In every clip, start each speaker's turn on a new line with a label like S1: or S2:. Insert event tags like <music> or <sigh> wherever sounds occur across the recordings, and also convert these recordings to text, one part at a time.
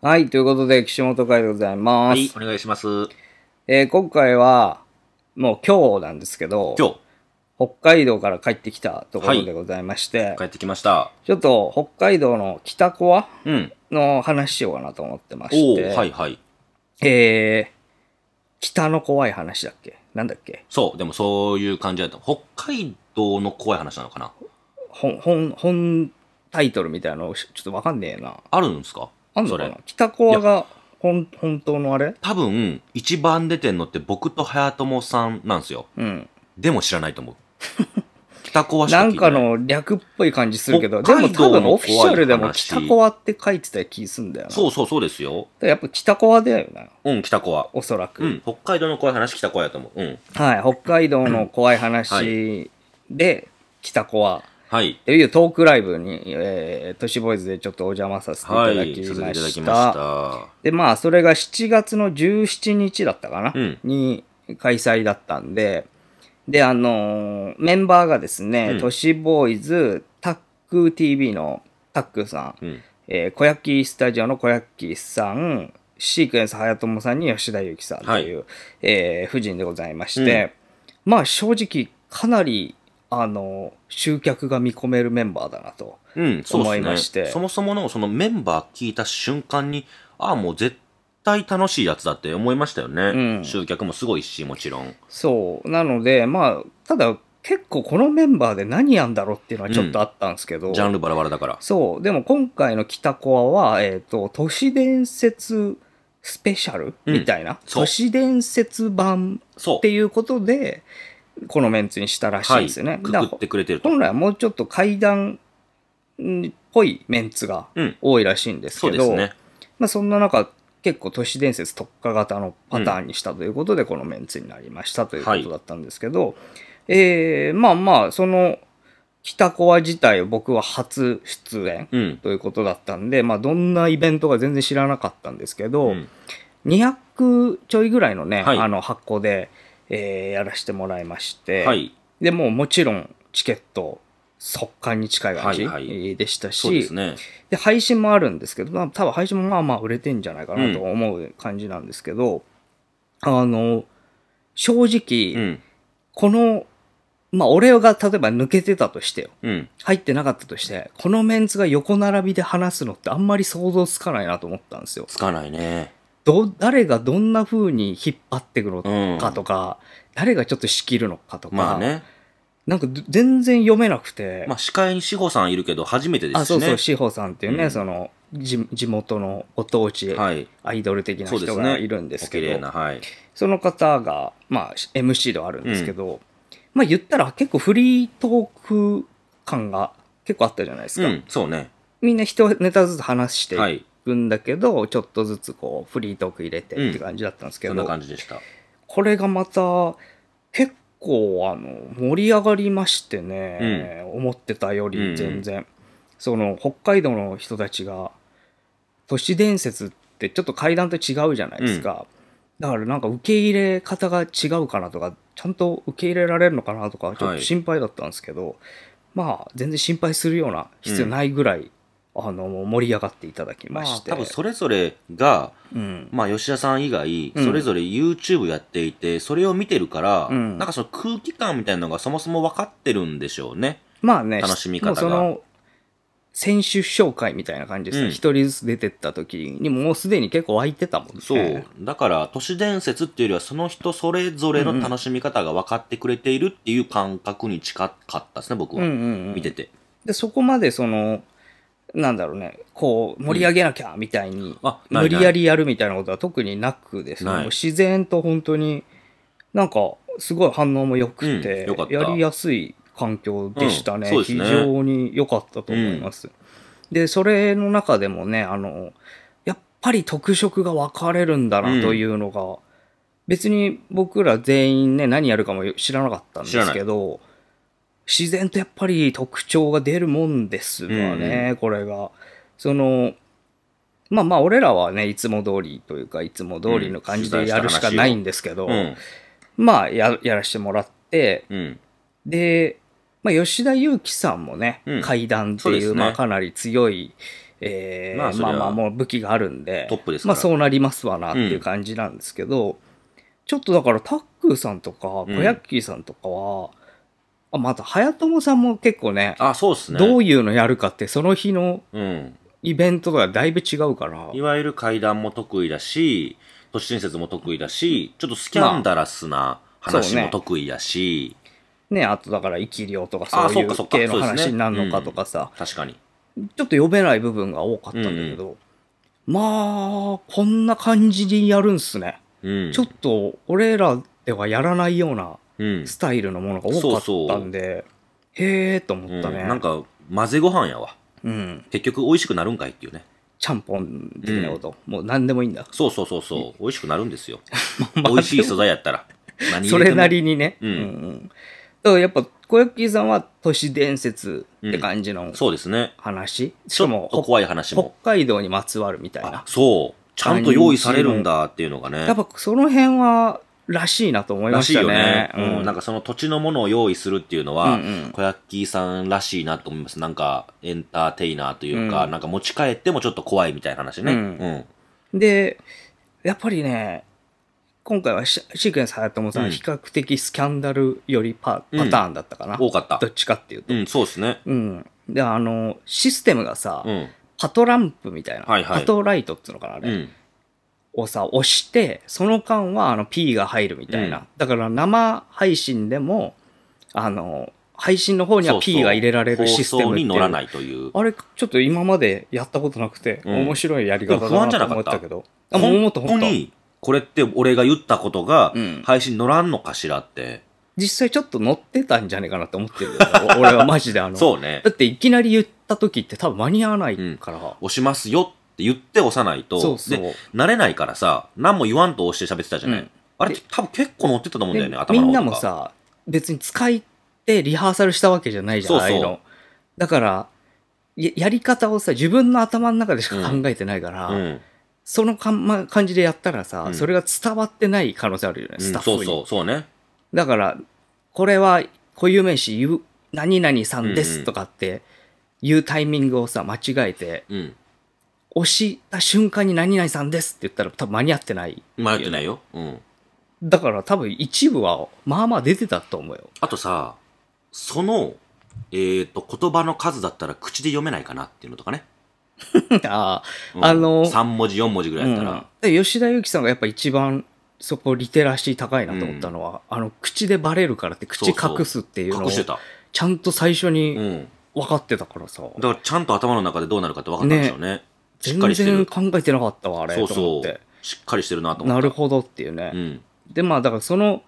S1: はい、ということで、岸本会でございます。
S2: はい、お願いします。
S1: えー今回は、もう今日なんですけど、
S2: 今日、
S1: 北海道から帰ってきたところでございまして、
S2: 帰ってきました。
S1: ちょっと北海道の北コア
S2: うん。
S1: の話しようかなと思ってまし
S2: おお
S1: て、
S2: はいはい。
S1: えー、北の怖い話だっけなんだっけ
S2: そう、でもそういう感じだった。北海道の怖い話なのかな
S1: 本、本、本タイトルみたいなのちょっとわかんねえな。
S2: あるんですか
S1: あんの
S2: そ
S1: かな
S2: れ。
S1: 北コアが本本当のあれ
S2: 多分、一番出てんのって僕と早友さんなんですよ。
S1: うん。
S2: でも知らないと思 <laughs> う。北コアしか
S1: な
S2: 聞い
S1: ん
S2: てな
S1: か
S2: い。
S1: の略っぽい感じするけど、で
S2: 北
S1: も
S2: 海
S1: 多
S2: 道の
S1: 分オフィシャルでも
S2: 怖い
S1: 北
S2: 話
S1: コアって書いてた気すんだよな。
S2: そうそうそうですよ。
S1: だからやっぱ北コアだよな、
S2: うん、北コア。
S1: おそらく。
S2: うん、北海道の怖い話、北コアやと思う。うん。
S1: はい、北海道の怖い
S2: は
S1: 話で、北コア。
S2: はい。
S1: っていうトークライブに、えー、都市ボーイズでちょっとお邪魔させていた
S2: は
S1: だ
S2: い
S1: き、
S2: させて
S1: ま
S2: いただき
S1: し
S2: ま
S1: た。
S2: した。
S1: で、まあ、それが7月の17日だったかな、
S2: うん
S1: に開催だったんで、で、あのーメンバーがですね、
S2: うん
S1: 都市ボーイズ、タック TV のタックさん、
S2: うん。
S1: えー、小焼きスタジオの小焼きさん、シークエンス早友さんに吉田ゆきさんという、えー夫人でございまして、まあ正直かなり、あの、集客が見込めるメンバーだなと。
S2: うん、そう
S1: 思いま
S2: で
S1: し
S2: す
S1: て
S2: ね。そもそものそのメンバー聞いた瞬間に、ああ、もう絶対楽しいやつだって思いましたよね。
S1: うん
S2: 集客もすごいし、もちろん。
S1: そう。なので、まあ、ただ結構このメンバーで何やんだろうっていうのはちょっとあったんですけど、
S2: ジャンルバラバラだから。
S1: そう。でも今回の北コアは、えっ、と、都市伝説スペシャル、
S2: うん
S1: みたいな。
S2: そう
S1: 都市伝説版
S2: そ
S1: っ
S2: う
S1: て。いうことで、このメンツにしたらしい
S2: は
S1: ん
S2: い。
S1: ですよね。
S2: く
S1: だ
S2: く
S1: か
S2: っ
S1: ら
S2: てくれてると。
S1: 本来はもうちょっと階段っぽいメンツが
S2: うん。
S1: 多いらしいんです
S2: そう
S1: け
S2: で
S1: ど、
S2: すね。
S1: まあ、そんな中、結構都市伝説特化型のパターンにしたということで、このメンツになりましたというこ
S2: は
S1: と
S2: い
S1: だったんですけど、えーまあまあ、その、北コア自体を僕は初出演
S2: うん。
S1: ということだったんで、まあ、どんなイベントか全然知らなかったんですけど、
S2: うん
S1: 200ちょいぐらいのね、
S2: はい
S1: あの箱で、えーやらせてもらいまして、
S2: はい。
S1: でもうもちろんチケット速乾に近い感じえ
S2: はいはい
S1: ーでしたし、
S2: そうですね。
S1: で配信もあるんですけど、まあ、多分配信もまあまあ売れてんじゃないかなと思う感じなんですけど、あの正
S2: う
S1: 直、
S2: ん。
S1: この、まあ、俺が例えば抜けてたとしてよ
S2: うん。
S1: 入ってなかったとしてこのメンツが横並びで話すのってあんまり想像つかないなと思ったんですよ。
S2: つかないね。
S1: ど誰がどんな風に引っ張ってくの
S2: うん。
S1: かとか、誰がちょっと仕切るのかとか、
S2: まあね。
S1: なんかど全然読めなくて、
S2: まあ、司会に志保さんいるけど、初めてで
S1: あ
S2: すし
S1: そう
S2: ね。
S1: そう、志保さんっていうね、
S2: うん
S1: その地地元のご当地
S2: はい。
S1: アイドル的な
S2: そうで
S1: 人
S2: す
S1: が
S2: ね。
S1: いるんですけ
S2: お綺
S1: ど、
S2: 麗な、はい。
S1: その方が、まあ、MC ではあるんですけど、まあ言ったら結構フリートーク感が結構あったじゃないです
S2: う
S1: か。
S2: ん、そうね。
S1: みんな一ネタずつ話して
S2: はいい。
S1: くんだけど、ちょっとずつこうフリートーク入れてって感じだったんですけ
S2: そ
S1: ど、
S2: んな感じでした。
S1: これがまた結構あの盛り上がりましてね、思ってたより全然、その北海道の人たちが都市伝説ってちょっと階段と違うじゃないですか、だからなんか受け入れ方が違うかなとかちゃんと受け入れられるのかなとかちょっと心配だったんですけど、まあ全然心配するような必要ないぐらい、あの盛り上がっていただき
S2: ま
S1: ま
S2: あ
S1: し、て、
S2: 多分それぞれが、
S1: うん、
S2: まあ、吉田さん以外、
S1: うん
S2: それぞれ YouTube やっていて、それを見てるから、
S1: うん
S2: なんかその空気感みたいなのがそもそも分かってるんでしょうね。
S1: まあね、
S2: 楽しみ方が
S1: もうその、選手紹介みたいな感じです
S2: う
S1: ね。
S2: ん
S1: 一、人ずつ出てった時に、もうすでに結構湧いてたもんね。
S2: そう。だから、都市伝説っていうよりは、その人それぞれの楽しみ方が分かってくれているっていう感覚に近かったですね、僕
S1: うん
S2: は。
S1: うんうん。
S2: 見てて。
S1: で、そこまでその、なんだろうね、こう、盛り上げなきゃみたいに、
S2: あな
S1: 無
S2: いない
S1: 理やりやるみたいなことは特になくですね、
S2: ない
S1: もう自然と本当に、なんか、すごい反応も良く
S2: う
S1: て
S2: ん、よかった
S1: やりやすい環境でしたね。
S2: うんそうです
S1: 非
S2: ね
S1: 常に良かったと思います。で、それの中でもね、あの、やっぱり特色が分かれるんだなというのが、別に僕ら全員ね、何やるかも知らなかったんですけど、自然とやっぱり特徴が出るもんですわね、これが。その、まあまあ、俺らはね、いつも通りというか、いつも通りの感じでやるしかないんですけど、
S2: うん。
S1: まあや、やらしてもらって、
S2: うん。
S1: で、まあ、吉田裕樹さんもね、
S2: うん
S1: 怪談って
S2: そうで
S1: いう、
S2: すね
S1: まあ、かなり強い、えー
S2: ま
S1: ま
S2: あ
S1: あ
S2: そりゃ
S1: まあもう武器があるんで
S2: トップですから
S1: まあ、そうなりますわなっていう感じなんですけど、ちょっとだからタックーさんとか小
S2: ん
S1: ヤッキーさんとかは、あまた早友さんも結構ね
S2: あ、そうですね。
S1: どういうのやるかってその日の
S2: うん。
S1: イベントとかだいぶ違うから
S2: いわゆる階段も得意だし、都市伝説も得意だし、ちょっとスキャンダラスな話も得意だし、
S1: ねあとだから生き量とか
S2: あ
S1: そうい
S2: そうかそううか
S1: 系の
S2: そうです
S1: 話
S2: ね
S1: になるのかとかさ、
S2: 確かに。
S1: ちょっと読めない部分が多かったんだけど、まあこんな感じにやるんすね、
S2: うん。
S1: ちょっと俺らではやらないような
S2: うん。
S1: スタイルのものが多かったんで、へえと思ったね、
S2: う
S1: うんん、
S2: なんか、混ぜご飯やわ。結局美味しくなるんかいっていうね。
S1: ちゃんぽん的なこと、もう何でもいいんだ
S2: そうそうそうそう。美味しくなるんですよ。
S1: <laughs> まあ
S2: 美味しい素材やったら。何入れても
S1: それな。りにね、
S2: うん
S1: んだからやっぱ小焼きさんは都市伝説って感じの
S2: そうですね。
S1: 話、し
S2: ちょ
S1: か
S2: っ
S1: も
S2: と怖い話
S1: 北
S2: も。
S1: 海道にまつわるみたい
S2: あ
S1: な、
S2: そう。ちゃんと用意されるんだっていうのがね。
S1: やっぱその辺はらしいなと思いま
S2: らし
S1: し
S2: い
S1: た
S2: よ
S1: ね
S2: ね。。うん。なんかその土地のものを用意するっていうの
S1: う
S2: は
S1: んうん、
S2: 小焼きさんらしいなと思います。なんか、エンターテイナーというか、
S1: うん
S2: なんか持ち帰ってもちょっと怖いみたいな話ね。う
S1: うん
S2: ん。
S1: でやっぱりね今回はシシークエンス早友さん
S2: う
S1: は
S2: ん
S1: 比較的スキャンダルよりパ,、
S2: うん
S1: パターンだったかな、
S2: 多かった
S1: ど。っちかっていうと
S2: うん、そうですね。
S1: うん、であのシステムがさ、
S2: うん。
S1: パトランプみたいな、
S2: はいはい
S1: パトライトっつうのかなあ
S2: う
S1: れ、
S2: ん。
S1: をさ押してその間はあの P が入るみたいな、
S2: うん
S1: だから生配信でもあの配信の方に
S2: そ
S1: は
S2: うそう
S1: P が入れられるシステム
S2: 放
S1: っ
S2: 送
S1: てい
S2: に
S1: う
S2: 乗らないという。
S1: あれ、ちょっと今までやったことなくて、
S2: うん
S1: 面白いやり方
S2: でも不安じゃ
S1: だなと思
S2: なかっ
S1: ったたけど。あ、もう
S2: 本
S1: もっと
S2: 当
S1: 本当
S2: に、これって俺が言ったことが
S1: うん、
S2: 配信乗らんのかしらって。
S1: 実際ちょっと乗ってたんじゃねえかなって思ってるよ。お <laughs> 俺はマジであの。
S2: そうね
S1: だ。っていきなり言った時って多分間に合わないから。
S2: 押しますよって言って押さないと、
S1: そうそう
S2: で慣れないからさ、何も言わんと押して喋ってたじゃない。
S1: うん
S2: あれ、多分結構乗ってたと思うんだよ
S1: で
S2: ね、頭
S1: み
S2: の
S1: ん
S2: 方
S1: な
S2: とか
S1: も、さ、別に使いってリハーサルしたわけじゃないじゃん、
S2: そうそう
S1: ああいうの。だから、ややり方をさ、自分の頭の中でしか考えてないから、
S2: うん、
S1: そのかん、ま、感じでやったらさ、
S2: うん
S1: それが伝わってない可能性あるよね、スタッフに。
S2: うんそうそう、そうね。
S1: だから、これは固有名詞言う、何々さんで
S2: うんう
S1: す
S2: ん
S1: とかって言うタイミングをさ、間違えて、
S2: うん。
S1: 押した瞬間に何々さんですって言ったら多分間に合ってない。
S2: 迷ってないよ。うん。
S1: だから多分一部は、まあまあ出てたと思うよ。
S2: あとさ、その、えっ、と、言葉の数だったら口で読めないかなっていうのとかね。
S1: <laughs> ああ、
S2: うん
S1: あの、
S2: 3文字、4文字ぐらいだった
S1: うん
S2: ら。
S1: で吉田裕樹さんがやっぱ一番そこリテラシー高いなと思ったのは、あの、口でバレるからって口
S2: そうそう
S1: 隠すっていうのを、
S2: 隠してた。
S1: ちゃんと最初
S2: う
S1: に
S2: ん。
S1: 分かってたからさ、
S2: だから、ちゃんと頭の中でどうなるかって分かったんでしょうね。しっ
S1: 全
S2: かりして
S1: 然
S2: る。
S1: 考えてなかったわ、あれ、
S2: そう
S1: と思
S2: そ
S1: って。
S2: う。しっかりしてるなと思った。
S1: なるほどっていうね。
S2: うん。
S1: でまあだからその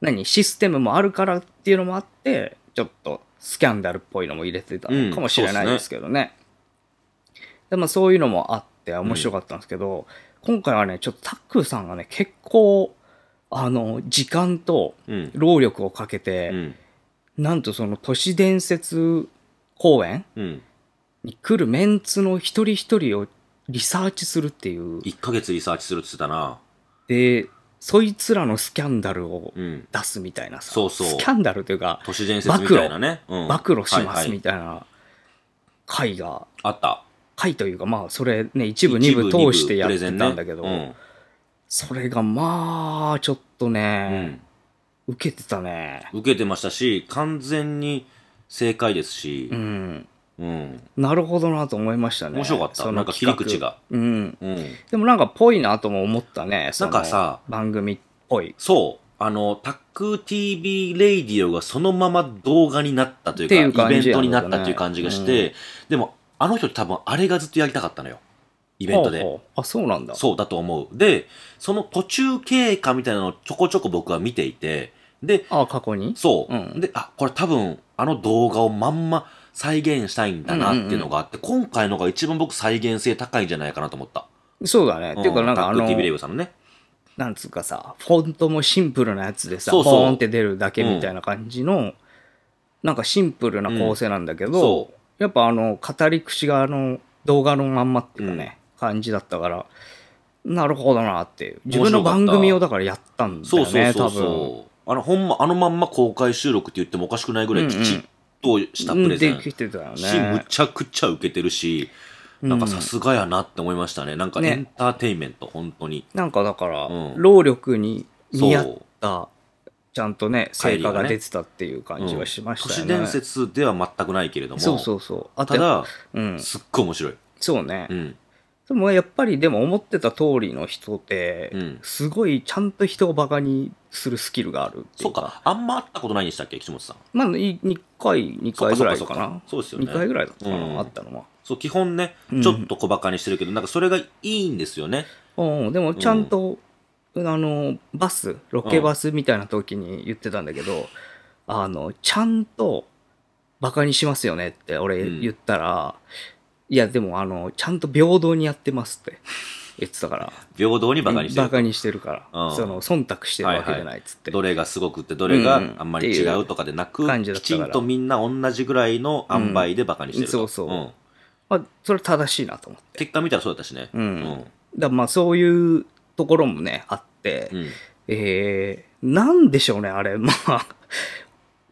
S1: 何システムもあるからっていうのもあってちょっとスキャンダルっぽいのも入れてたのかもしれない
S2: うん
S1: ですけどね。でまあそういうのもあって面白かったんですけど、今回はねちょっとタックさんがね結構あの時間と
S2: うん。
S1: 労力をかけ
S2: う
S1: て、
S2: ん。
S1: なんとその都市伝説公演
S2: うん。
S1: に来るメンツの一人一人をリサーチするっていう。
S2: 1ヶ月リサーチするって言ってたな。
S1: でそいつらのスキャンダルを
S2: うん。
S1: 出すみたいなさ、
S2: そうそう
S1: スキャンダルというか
S2: 都市伝説みたいなね。うん
S1: 暴露しま
S2: は
S1: す
S2: いはい
S1: みたいな回が
S2: あった。
S1: 回というかまあそれね一部二部通してやってたんだけど、
S2: 一部二部プレゼンね
S1: それがまあちょっと
S2: うんう
S1: ね
S2: ん、
S1: 受けてたね
S2: 受けてましたし、完全に正解ですし
S1: う、ん
S2: うん。
S1: なるほどなと思いましたね
S2: 面白かった
S1: その
S2: なんか
S1: 企画
S2: 切り口が
S1: うん
S2: うん。
S1: でもなんかぽいなとも思ったねその
S2: なんかさ
S1: 番組っぽい
S2: そう。あの、タック TV レイディオがそのまま動画になったというか、
S1: っていう感じ
S2: イベントにな
S1: や
S2: っ
S1: ろう
S2: た
S1: ね
S2: という感じがして、でも、あの人多分あれがずっとやりたかったのよ。イベントで。
S1: ほうほうあそうなんだ
S2: そうだと思う。で、その途中経過みたいなのをちょこちょこ僕は見ていて、で、
S1: あ過去に
S2: そう。
S1: うん
S2: で、あ、これ多分、あの動画をまんま再現したいんだなっていうのがあって、今回のが一番僕再現性高いんじゃないかなと思った。
S1: そうだね、っていうかなんかあ
S2: タッ
S1: の
S2: ク TV レイブさんのね。
S1: なんつうかさ、フォントもシンプルなやつでさ、
S2: そうそう
S1: ポーンって出るだけみたいな感じの、なんかシンプルな構成なんだけど、
S2: そ
S1: やっぱあの、語り口があの、動画のまんまっていうかね、感じだったから、なるほどなっていう。自分の
S2: 面白かった
S1: 番組をだからやったん
S2: う。
S1: だ
S2: そう
S1: よ
S2: そう
S1: ね、
S2: そ
S1: 多
S2: う
S1: 分。
S2: そう。あの、ほんま、あのまんま公開収録って言ってもおかしくないぐらいきちっとしたプレゼン。
S1: できてたよ
S2: し、む
S1: ね。
S2: ちゃくちゃ受けてるし、なんかさすがやなって思いましたね。なんか
S1: ね
S2: エンターテインメント、本当に。
S1: なんかだから、
S2: うん
S1: 労力に
S2: そう
S1: 見合ったちゃんとね成
S2: 帰り
S1: 果
S2: がね
S1: が出てたっていう感じ
S2: うん
S1: はしま
S2: 都
S1: したよ
S2: 市
S1: ね、
S2: 伝説では全くないけれども。
S1: そうそうそうあと
S2: ただ、
S1: うん
S2: すっごい面白い。
S1: そうね、
S2: うん。
S1: でもやっぱりでも思ってた通りの人って、
S2: うん
S1: すごいちゃんと人をバカにするスキルがあるってい
S2: そううか、あんま会ったことないんでしたっけ、岸本さん。
S1: まあい2回2
S2: そう
S1: 回ぐらい
S2: そう
S1: かな
S2: そうですよ
S1: 2回
S2: ね。
S1: ぐらいだったかな、
S2: うん
S1: あったのは
S2: そう、基本ね
S1: う、ん
S2: ちょっと小馬鹿にしてるけど、なんかそれがいいんですよね。
S1: うん、でもちゃんと、あのバスロケバスみたいな時に言ってたんだけど、あのちゃんとバカにしますよねって俺
S2: うん
S1: 言ったら、いやでもあのちゃんと平等にやってますって言ってたから
S2: 平等に馬鹿にして
S1: バ
S2: る。
S1: カにしてるから、
S2: うん
S1: その忖度してるわけじゃないっつって、
S2: どれがすごくって、どれが
S1: うん
S2: あんまり違うとかでな
S1: っ
S2: く
S1: ていう感、じだ
S2: き
S1: ったか
S2: ち
S1: ら
S2: んとみんな同じぐらいの塩梅で馬鹿にしてると。
S1: うんそうそうんまあ、それは正しいなと思って
S2: 結果見たらそうだったしね。
S1: うん
S2: うん
S1: だからまあそういうところもねあって、
S2: うん
S1: えー、なんでしょうねあれま <laughs> あ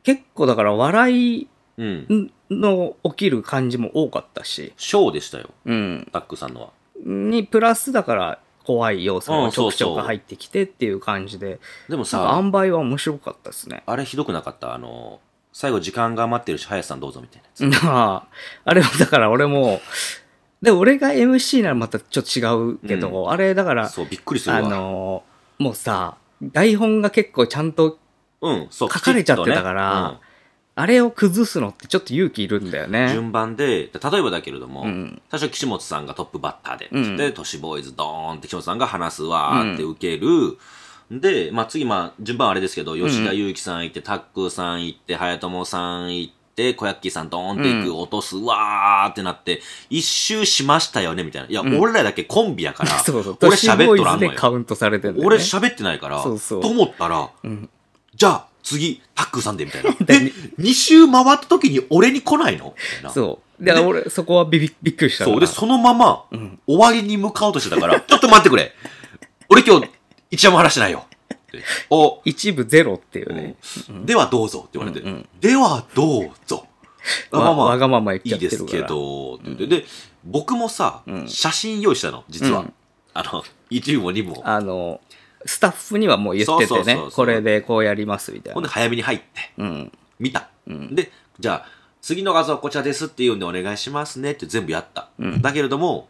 S1: 結構だから笑い
S2: うん。
S1: の起きる感じも多かったし、
S2: ショーでしたよ、
S1: うん、
S2: タックさんのは。
S1: にプラスだから怖い要素
S2: う
S1: が
S2: ん
S1: ちょくち
S2: そう
S1: ょ
S2: そ
S1: く
S2: う
S1: 入ってきてっていう感じで、な
S2: でも
S1: んか
S2: さ、
S1: 塩梅は面白かったですね。
S2: あれひどくなかったあの、最後時間が余ってるし、林さんどうぞみたいなやつ。
S1: まあ、 <laughs> あれはだから俺も、で、俺が MC ならまたちょっと違うけど、あれだから、
S2: そう、びっくりする
S1: あ
S2: わ。
S1: の、もうさ、台本が結構ちゃんと、
S2: うん、そう、
S1: 書かれちゃってたから
S2: きちっとね
S1: あれを崩すのってちょっと勇気いるんだよ
S2: うん
S1: ね。
S2: 順番で、で例えばだけれども、
S1: うん
S2: 最初岸本さんがトップバッターで、
S1: うん
S2: で、都市ボーイズドーンって岸本さんが話すわーって受ける。で、まあ次、まあ順番はあれですけど、吉田裕樹さん行って、タックさん行って、早友さん行って、小屋っきーさんドーンって行く、
S1: う
S2: 落とすわーってなって、一周しましたよね、みたいな。いや、
S1: ん、
S2: 俺らだけコンビやから
S1: <laughs> そうそう、
S2: 俺
S1: 都市ボ
S2: 喋っと
S1: ー
S2: ら
S1: イ
S2: ん
S1: ズ
S2: の
S1: で
S2: よ。
S1: カウントされてんだよ
S2: 俺
S1: ね。
S2: 喋ってないから、
S1: そうそう
S2: と思ったら、
S1: ん
S2: じゃあ次、タックさんで
S1: <laughs>
S2: みたいな。え、2周回った時に俺に来ないのみたいな。う。
S1: そう。だから俺、そこはビビびっくりしたな
S2: そう。で、そのまま、
S1: ん
S2: 終わりに向かおうとしてたから、 <laughs> ちょっと待ってくれ。俺今日、一夜も話してないよ。ってお、
S1: 一部ゼロっていう
S2: う
S1: ね
S2: ん。ではどうぞって言われて、
S1: うんうん
S2: ではどうぞ。あまあ
S1: わ
S2: まあ
S1: わがまま言っち
S2: い
S1: ゃ
S2: い
S1: ってる
S2: です
S1: から
S2: けど、って言ってで、僕もさ、
S1: うん
S2: 写真用意したの、実は。
S1: うん
S2: あの、1部も2部も。
S1: あのスタッフにはもう言って
S2: そうそ
S1: て
S2: うそう
S1: ね
S2: そう
S1: これでこうやりますみたい
S2: ほん
S1: な
S2: で、早めに入って。
S1: うん
S2: 見た、
S1: ん
S2: でじゃあ次の画像こちらですっていうんでお願いしますねって全部やった、
S1: うん
S2: だけれども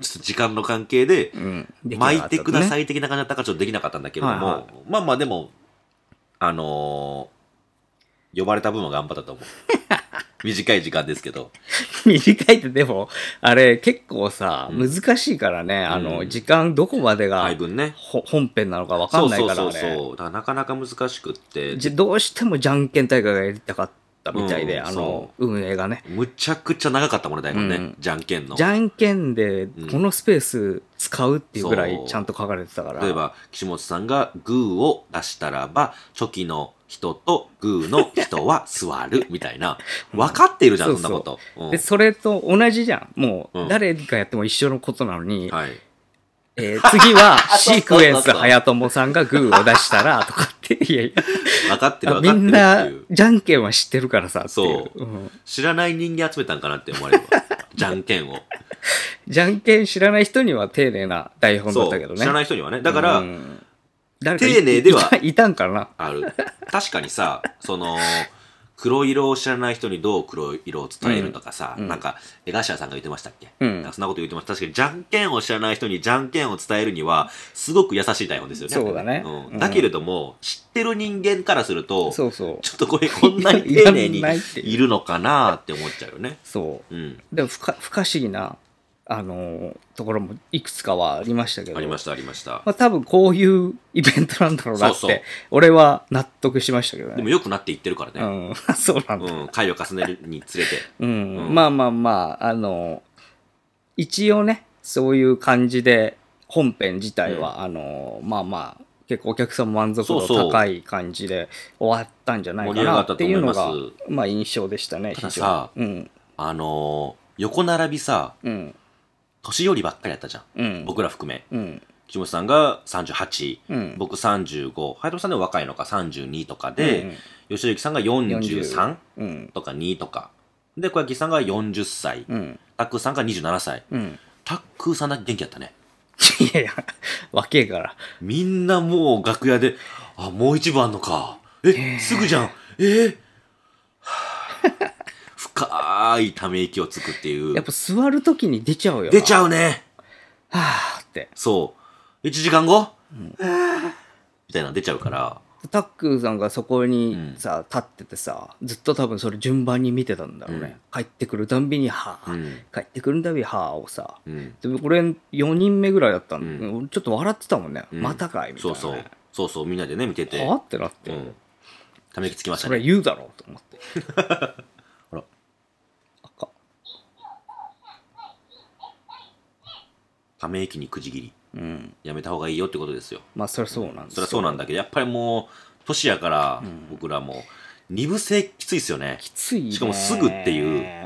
S2: ちょっと時間の関係で
S1: うん
S2: 巻いてくだ
S1: <laughs>
S2: さ
S1: い
S2: い的な感じだったからちょっとできなかったんだけれども、
S1: はいは
S2: まあまあでもあのー呼ばれた分は頑張ったと
S1: <laughs>
S2: 思う短い時間ですけど
S1: 短いってでもあれ結構さ
S2: うん
S1: 難しいからねあ
S2: う
S1: の
S2: ん
S1: 時間どこまでが
S2: 配分ね
S1: ほ本編なのか分か
S2: そ
S1: ん
S2: う
S1: ない
S2: そう
S1: から
S2: そう
S1: あれ
S2: そうだからなかなか難しくって
S1: じどうしてもじゃんけん大会がやりたかったみたいで
S2: う
S1: あ
S2: ん
S1: の
S2: そ
S1: 運営がね
S2: むちゃくちゃ長かったもんね台本ね、
S1: うん
S2: じゃんけんの
S1: じゃんけんで
S2: ん
S1: このスペース使うっていうぐら
S2: そ
S1: いうちゃんと書かれてたから
S2: 例えば岸本さんがグーを出したらば初期の人とグーの人は座るみたいな分かっているじゃん、
S1: <laughs> そうそ
S2: そ
S1: うん
S2: なこと、うん
S1: でそれと同じじゃんも
S2: う
S1: うん誰がやっても一緒のことなのに、
S2: はい、
S1: えー次
S2: <laughs>
S1: はシークエン
S2: そうそうそ
S1: ス
S2: う
S1: 早友さんがグーを出したらとかっていやい
S2: 分か <laughs> ってる
S1: や
S2: 分
S1: み
S2: かってる
S1: んな
S2: っていう
S1: じゃんけんは知ってるからさっていう
S2: そう
S1: うん
S2: 知らない人間集めたんかなって思われる
S1: <laughs>
S2: わじゃんけんを
S1: じゃんけん知らない人には丁寧な台本だ
S2: そ
S1: ったけど
S2: う
S1: ね
S2: 知らない人にはねだから、
S1: うん誰かい
S2: 丁寧ではい
S1: たいたんかな
S2: ある確かにさその黒色を知らない人にどう黒色を伝えるとかさ、
S1: うん
S2: なんか江頭さんが言ってましたっけ、
S1: うん
S2: なんかそんなこと言ってました確かにじゃんけんを知らない人にじゃんけんを伝えるにはすごく優しい台本ですよね
S1: そうだね
S2: ん
S1: うん
S2: だけれども、知ってる人間からするとちょ
S1: そうそう
S2: っとこれこんなに丁寧に
S1: いらないっていう
S2: いるのかなって思っちゃうよね
S1: そ
S2: うん
S1: うでも不可不可思議なあのーところもいくつかはありましたけど
S2: ありましたありました、
S1: まあ、多分こういうイベントなんだろうなって
S2: そうそう
S1: 俺は納得しましたけどね
S2: でも良くなっていってるからね、
S1: うん <laughs> そうなんだ
S2: うん、回を重ねるにつれて <laughs>
S1: うん、
S2: うん
S1: まあまあまあ、あの、一応ね、そういう感じで、本編自体は、あの、まあまあ、結構お客さんも満足度
S2: そうそう
S1: 高い感じで終わったんじゃないかなっていうのが、
S2: 盛り上がったと思い
S1: まあ印象でしたね、
S2: ただ
S1: 非常
S2: さ
S1: にうん、
S2: あのー横並びさ
S1: うん、
S2: 年寄りばっかりやったじゃん、
S1: うん。
S2: 僕ら含め
S1: うん、
S2: 岸本さんが38、
S1: うん。
S2: 僕35、ハイトさんでも若いのか32とか
S1: う
S2: で、
S1: ん
S2: 吉田幸さんが43
S1: うん、
S2: とか2とか、で、小焼さんが40歳
S1: うん、
S2: タックーさんが27歳。
S1: うん。 <laughs>
S2: タックーさんだけ元気やったね。
S1: いやいや、若えから。
S2: みんなもう楽屋で、あ、もう一番のか。え、すぐじゃん。えーはぁ
S1: <laughs>
S2: 深いため息をつくっていう。
S1: やっぱ座るときに出ちゃうよな。
S2: 出ち
S1: う。
S2: ゃうね。
S1: はぁって。
S2: そう。1時間後、みたいなの出ちゃうから。
S1: タックさんがそこに
S2: うん
S1: さ、立っててさ、ずっと多分それ順番に見てたんだろうね。帰ってくるたんびに、はぁ、
S2: うん
S1: 帰ってくるたびに、はぁをさ。
S2: うん。
S1: で俺4人目ぐらいだったんだ、
S2: う
S1: ちょっと笑ってたもんね、
S2: うん
S1: またかいみたい
S2: そ
S1: な
S2: う
S1: ね、
S2: そう。そうそう、みんなでね、見てて。
S1: はあってなって、
S2: うん。ため息つきました
S1: それ
S2: ね。
S1: 言うだろうと思って
S2: <laughs> あら
S1: 赤
S2: ため息にくじ切り。
S1: うん
S2: やめた方がいいよってことですよ。
S1: まあそりゃそうなんです
S2: そりゃそうなんだけど、やっぱりもう、年やから、僕らも、二部制きついっすよね。
S1: きついね
S2: しかもすぐっていう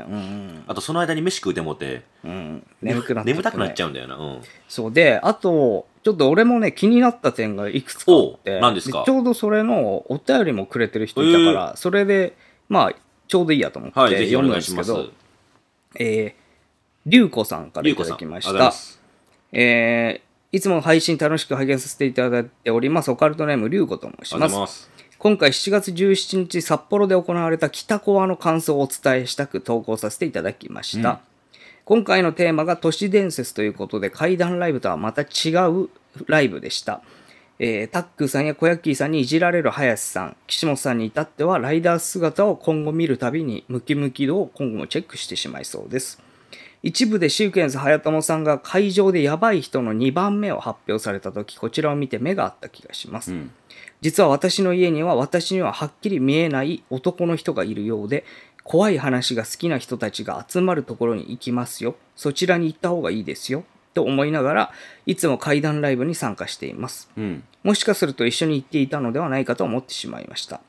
S1: うん
S2: あと、その間に飯食うてもって、
S1: うん、うん、眠くなっちゃってね、
S2: 眠たくなっちゃうんだよな。うん。
S1: そうであとちょっと俺もね気になった点がいくつかあっ
S2: お
S1: て
S2: う何ですか
S1: ちょうどそれのお便りもくれてる人いたから、それでまあちょうどいいやと思って
S2: はい、ぜひ
S1: 読
S2: お
S1: むんで
S2: 願いし
S1: すけ
S2: ます。
S1: ど、えー、りゅうこさんから
S2: りゅう
S1: いた
S2: こさ
S1: だ
S2: ん、あ
S1: き
S2: りが
S1: ま
S2: とう
S1: し
S2: ござい
S1: た
S2: ま。す。
S1: えーいつも配信楽しく拝見させていただいております。オカルトネーム、りゅうこと申し
S2: あり
S1: ま
S2: が
S1: す。
S2: とうございます。
S1: 今回7月17日、札幌で行われた北コアの感想をお伝えしたく投稿させていただきました。
S2: うん
S1: 今回のテーマが都市伝説ということで、怪談ライブとはまた違うライブでした。えータックさんや小ヤッキーさんにいじられる林さん、岸本さんに至っては、ライダー姿を今後見るたびに、ムキムキ度を今後もチェックしてしまいそうです。一部でシークエンス早友さんが会場でやばい人の2番目を発表された時こちらを見て目があった気がします、
S2: ん
S1: 実は私の家には私にははっきり見えない男の人がいるようで怖い話が好きな人たちが集まるところに行きますよそちらに行った方がいいですよと思いながらいつも怪談ライブに参加しています
S2: うん。
S1: もしかすると一緒に行っていたのではないかと思ってしまいました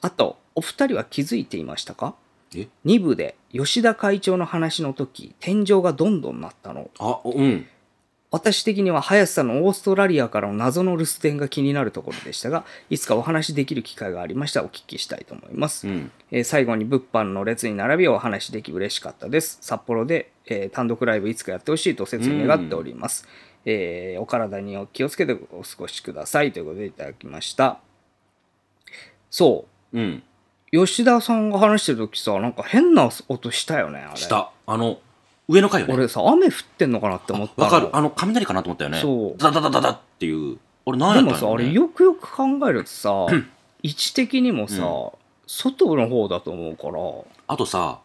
S1: あとお二人は気づいていましたか
S2: え
S1: 2部で吉田会長の話の時天井がどんどんなったの
S2: あ、おうん。
S1: 私的には林さんのオーストラリアからの謎の留守電が気になるところでしたがいつかお話しできる機会がありましたらお聞きしたいと思います、
S2: うん。
S1: えー最後に物販の列に並びお話しでき嬉しかったです札幌で、えー単独ライブいつかやってほしいと切に願っております、えーお体にお気をつけてお過ごしくださいということでいただきましたそう
S2: うん。
S1: 吉田さんが話してる時さなんか変な音したよねあれ
S2: 下。あの、上の階よね。
S1: 俺さ雨降ってんのかなって思ったの
S2: わかる。あの、雷かなと思ったよね。
S1: そう
S2: ダダダダダっていう。俺、何や
S1: で
S2: ったん
S1: も
S2: や
S1: さ、
S2: ろ
S1: あ
S2: うね
S1: れよくよく考えると
S2: <clears throat>
S1: さ位置的にもさ、
S2: う
S1: 外の方だと思うから
S2: あとさ、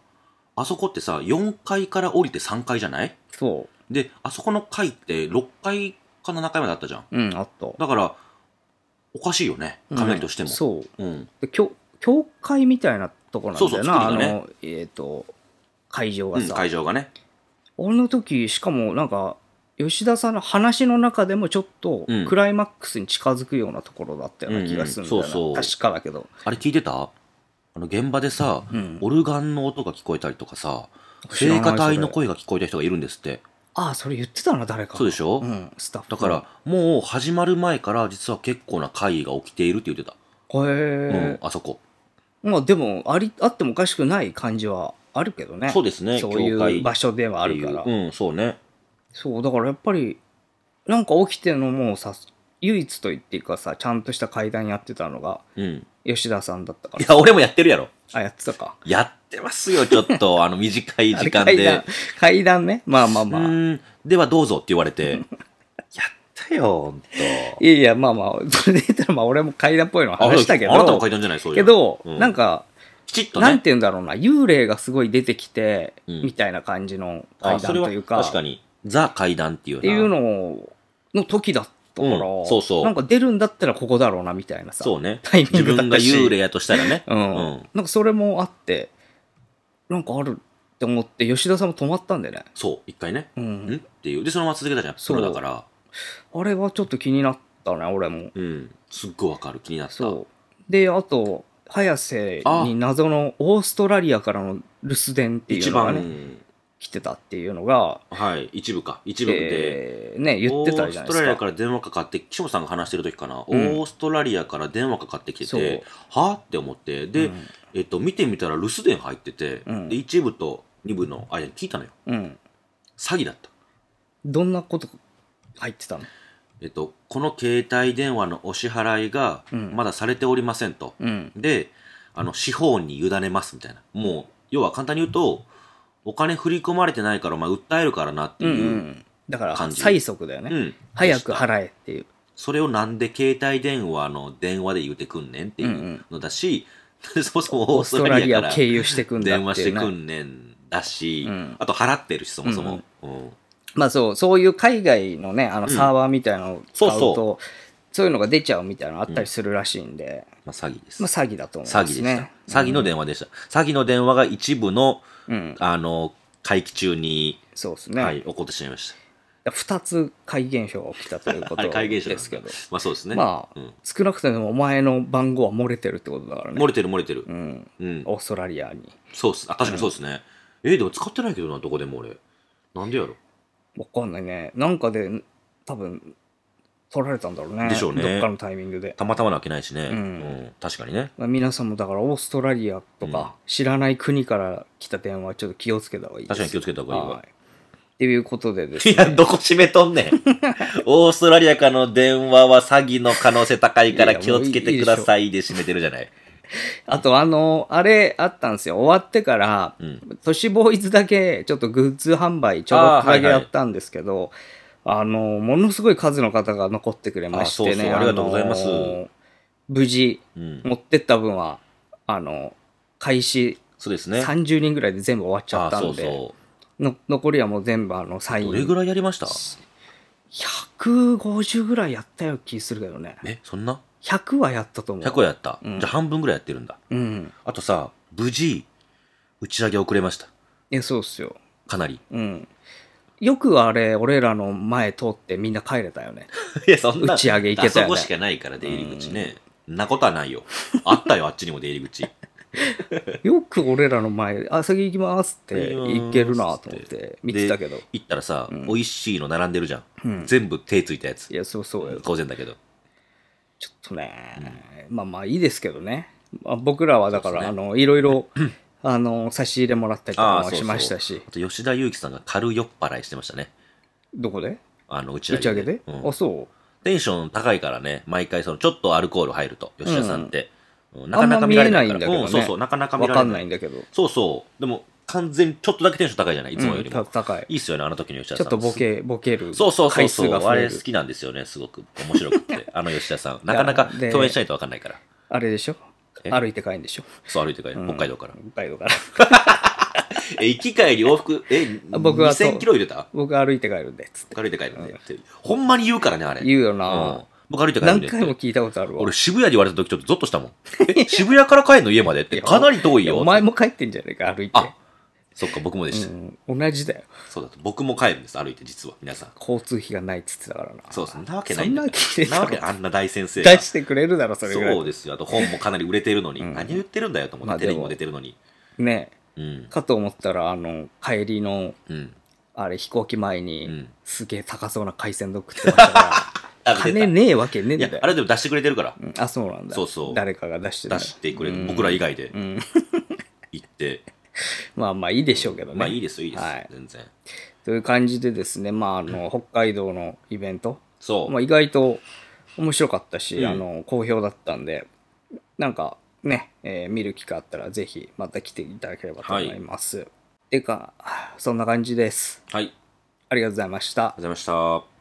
S2: あそこってさ、4階から降りて3階じゃない
S1: そ
S2: で、あそこの階って6階か7階まであったじゃん。
S1: ううんあった
S2: だから、おかしいよね。雷としても。
S1: うんそう
S2: うん。
S1: で教教会みたいなとこなんだよな
S2: そうそう作りがね
S1: あのえっ、と会場
S2: う
S1: が
S2: ん
S1: さ、
S2: 会場がね。
S1: 俺の時しかもなんか吉田さんの話の中でもちょっと
S2: うん
S1: クライマックスに近づくようなところだったような気がするんだよな、
S2: うんうんそうそう
S1: 確かだけど、
S2: あれ聞いてたあの、現場でさ、
S1: うん、
S2: オルガンの音が聞こえたりとかさ、
S1: 知らな
S2: 聖
S1: い
S2: 歌隊の
S1: それ
S2: 声が聞こえた人がいるんですって。
S1: ああそれ言ってたな誰か
S2: そうでしょ
S1: うんスタッフ
S2: だから、もう始まる前から実は結構な会議が起きているって言ってた。
S1: へ
S2: うん
S1: え、、
S2: あそこ。
S1: まあでもありあってもおかしくない感じはあるけどね
S2: そうですね、
S1: そうい
S2: 教会
S1: う場所ではあ
S2: ってい
S1: る
S2: う
S1: から、
S2: うん、そうね。
S1: そうだからやっぱりなんか起きてるのもさ唯一と言っていいかさちゃんとした会談やってたのが
S2: うん。
S1: 吉田さんだったか
S2: い
S1: ら
S2: や、俺もやってるやろ。
S1: あやってたか
S2: やってますよ、ちょっ
S1: <laughs>
S2: と、あの、短い時間
S1: あれ階段
S2: で。
S1: 階段ねまあまあ
S2: う
S1: まあ、
S2: ーん、ではどうぞって言われて。 <laughs> やったよ、ほんと。
S1: いやいやまあまあそれで言ったらまあ俺も階段っぽいの話したけど
S2: あなたも書いたんじゃないそういう
S1: け
S2: の
S1: ど、
S2: う
S1: なんか、
S2: きちっとね。
S1: なんて言うんだろうな幽霊がすごい出てきて、
S2: うん
S1: みたいな感じの
S2: あ
S1: 階
S2: そ
S1: 段
S2: れは
S1: というか
S2: 確かに。ザ階段っていうな
S1: っていうのをの時だったから、
S2: うんそうそう
S1: なんか出るんだったらここだろうなみたいなさ
S2: そうね。
S1: タイミン
S2: 自
S1: グだっ
S2: 分
S1: た
S2: が
S1: し
S2: 幽霊やとしたらね。
S1: うんなんかそれもあってなんかあるって思って吉田さんも止まったんでね、
S2: そう、一回ね。
S1: うん
S2: んっていう。で、そのまま続けたじゃん。
S1: そ
S2: そうれだから。
S1: あれはちょっと気になったね俺も
S2: うん。すっごいわかる。気になった。
S1: そうであと早瀬に謎のオーストラリアからの留守電ってい
S2: 一
S1: うのがね
S2: 番、
S1: 来てたっていうのが、
S2: はい、一部か。一部で、
S1: えーね言ってたじゃない
S2: オースト
S1: で
S2: ラ
S1: す
S2: リアか
S1: から
S2: 電話かかって、岸本さんが話してる時かな、
S1: うん
S2: オーストラリアから電話かかってきて
S1: そう
S2: て、はって思って、で、
S1: うん
S2: えっと、見てみたら留守電入ってて、
S1: うん
S2: で、一部と、 2部のあれ聞いたのよ
S1: うん。
S2: 詐欺だった
S1: どんなこと入ってたの
S2: えっとこの携帯電話のお支払いが
S1: うん
S2: まだされておりませんと、
S1: うん。
S2: であの司法に委ねますみたいなもう要は簡単に言うとお金振り込まれてないからお前訴えるからなって
S1: うんう
S2: いう、
S1: ん。だから、
S2: 感じ
S1: 催促だよね。
S2: うん
S1: 早く払えっていう。
S2: それをなんで携帯電話の電話で言うてくんねんっていうのだし、そもそも
S1: オ
S2: オ
S1: ー
S2: ー
S1: ス
S2: ス
S1: ト
S2: ト
S1: ラ
S2: ラ
S1: リ
S2: リ
S1: ア
S2: ア
S1: を
S2: から
S1: 経由してくんだ
S2: 電
S1: っ
S2: 話
S1: て
S2: し
S1: い
S2: て
S1: うね、
S2: くんねんだし、
S1: うん
S2: あと払ってるしそもそも、うん
S1: まあそう、そういう海外のね、あの
S2: うん
S1: サーバーみたいなのを使うと、
S2: そう
S1: そういうのが出ちゃうみたいなのあったりするらしいんで、
S2: まあ、詐欺です、
S1: まあ詐欺だと思い
S2: 詐
S1: ま
S2: 欺でし
S1: す
S2: た、
S1: ね。
S2: 詐欺の電話でした、詐欺の電話が一部の
S1: うん、
S2: あの会期中に、
S1: そうですね。
S2: はい、起こってしまいまし
S1: 2つ怪現象が起きたというこ
S2: <laughs> たあ
S1: と
S2: れ会議所
S1: で
S2: ですす
S1: け
S2: け
S1: ど
S2: ど、まあそうですね、
S1: まあ、
S2: うん
S1: 少なくともお前の番号は漏れてるってことだからね
S2: 漏。れてる漏れてる
S1: う、ん、
S2: うん、
S1: オーストラリアに。
S2: そうっすあ確かにそうですね、えーでも使ってないけどなどこでも俺なんでやろ
S1: わかんないね。なんかで、多分取られたんだろうね。
S2: でしょうね
S1: どっかのタイミングで。
S2: たまたまなわけないしね、
S1: うん
S2: うん確かにね
S1: まあ皆さんもだからオーストラリアと
S2: うん
S1: か知らない国から来た電話はちょっと気をつけた方がいいです
S2: 確かに気をつけた方がいいわ
S1: はいっていうことでです
S2: <laughs> い
S1: ね
S2: や、どこ締めとん <laughs> ねん。オーストラリアからの電話は詐欺の可能性高いから気をつけてくださいで締めてるじゃない。
S1: あとあのあれあったんですよ終わってから、
S2: うん
S1: 都市ボーイズだけちょっとグッズ販売ちょろっとだけやったんですけどあ,、のものすごい数の方が残ってくれましてね
S2: あそうそうありがとうございます
S1: の無事
S2: うん。
S1: 持ってった分はあの開始
S2: そうですね。
S1: 30人ぐらいで全部終わっちゃ
S2: あ
S1: った
S2: そ
S1: ん
S2: う
S1: で、
S2: そ
S1: の残りはもう全部あのサ
S2: う。
S1: イン
S2: どれぐらいやりました
S1: 150ぐらいやったような気するけどね
S2: え、そんな
S1: 100はやったと思う
S2: ?100 やった。
S1: うん
S2: じゃあ半分ぐらいやってるんだ。
S1: うん
S2: あとさ、無事、打ち上げ遅れました。
S1: えそうっすよ
S2: かなり。
S1: うんよくあれ俺らの前通ってみんな帰れたよ
S2: <laughs>
S1: ね
S2: いや、そんな。
S1: 打ち上げ行けたよね
S2: あそこしかないから、出入り口ね。んなことはないよ。あっ
S1: <laughs>
S2: たよ、あっちにも出入り口。
S1: よく俺らの前「あ先行きます」って
S2: 行きます
S1: 行けるなと思って見てたけど
S2: 行ったらさ、
S1: ん
S2: 美味しいの並んでるじゃ
S1: うん
S2: ん。全部手ついたやつ
S1: い。やそうそうよ
S2: 当然だけど。
S1: ちょっとね、まあまあいいですけどね、まあ、僕らはだから、
S2: そ
S1: あ
S2: うで
S1: のいろい
S2: <laughs>
S1: ろあの差し入れもらったりと
S2: あ
S1: か
S2: あ
S1: もしましたし
S2: そうそうあと吉田裕樹さんが軽酔っ払いしてましたね
S1: どこで
S2: あの打ち上
S1: 打
S2: げ
S1: ち上げで、
S2: うん
S1: あそう
S2: テンション高いからね毎回そのちょっとアルコール入ると吉田さんって、うんな
S1: あ
S2: か
S1: ん
S2: な
S1: ま
S2: か
S1: 見
S2: 見ら
S1: え
S2: れ
S1: な
S2: ないい
S1: んだ
S2: か
S1: けどね
S2: らうんそうそうなかなか見
S1: わ
S2: ら
S1: か
S2: れ
S1: ん
S2: な
S1: ない
S2: い
S1: んだけど
S2: そうそうでも完全にちょっとだけテンション高いじゃないいつもよりも、
S1: うんた高い
S2: いいっすよねあの時の吉田
S1: ち
S2: さ
S1: ょ
S2: ん
S1: っとボケボケる
S2: そうそうそう
S1: 回
S2: そ
S1: 数
S2: う
S1: が増
S2: あ
S1: え
S2: れ
S1: る
S2: 好きなんですよねすごく面白
S1: <laughs>
S2: くてあの吉田さんなかなか
S1: いやで
S2: 共演しないと分かんないから
S1: あれでしょ
S2: え
S1: 歩いて帰るんでしょ
S2: そう歩いて帰る、
S1: うん
S2: 北海道から
S1: 北海道から <laughs>
S2: え行き帰り往復え
S1: あ僕はそう
S2: 2000キロ入れた
S1: 僕歩いて帰るんでつって
S2: 歩いて帰るんで、ってほんまに言うからねあれ
S1: 言うよな、
S2: うん僕歩いて帰るん
S1: 何
S2: でって
S1: 回も聞いたことあるわ
S2: 俺渋谷で言われた時ちょっとゾッとしたもん。え、 <laughs> 渋谷から帰んの家までってかなり遠い
S1: いや
S2: よ。
S1: お前も帰ってんじゃねえか歩いて
S2: あ、そっか僕もでした。
S1: うん、同じだよ
S2: そうだと僕も帰るんです、歩いて実は、皆さん。
S1: 交通費がないっつってたからな
S2: そう、そんなわけない
S1: そんな
S2: だ
S1: わけねえ
S2: な
S1: だ
S2: わ
S1: ろ
S2: けあんな大先生が
S1: 出。してくれるだろそれぐら
S2: そう
S1: い
S2: ですよ。あと本もかなり売れてるのに。
S1: うん
S2: 何を言ってるんだよと思って、
S1: まあ
S2: テレビ
S1: でも
S2: も出てるのに。
S1: ね
S2: うん。
S1: かと思ったらあの帰りの
S2: うん。
S1: あれ飛行機前
S2: う
S1: に
S2: ん
S1: すげえ高そうな海鮮丼食ってましたか
S2: <laughs>
S1: ら
S2: あ出た
S1: 金ねえわけねえん
S2: い
S1: だ
S2: や
S1: よ、
S2: あれでも出してくれてるから。
S1: うんあそうなんだ
S2: そうそう
S1: 誰かが出して
S2: 出してくれ
S1: う
S2: る。
S1: ん
S2: 僕ら以外で
S1: うん
S2: <laughs> 行って。
S1: まあまあいいでしょうけどね
S2: まあいいですよ、いいです
S1: はい。
S2: 全然。
S1: という感じでですねまああの北海道のイベント
S2: そう
S1: まあ、。意外と面白かったし、
S2: うん
S1: あの好評だったんでなんかね、えー見る機会あったらぜひまた来ていただければと思います。てかそんな感じです。
S2: はい。あり
S1: ありがと
S2: がとう
S1: うございました。
S2: ございました。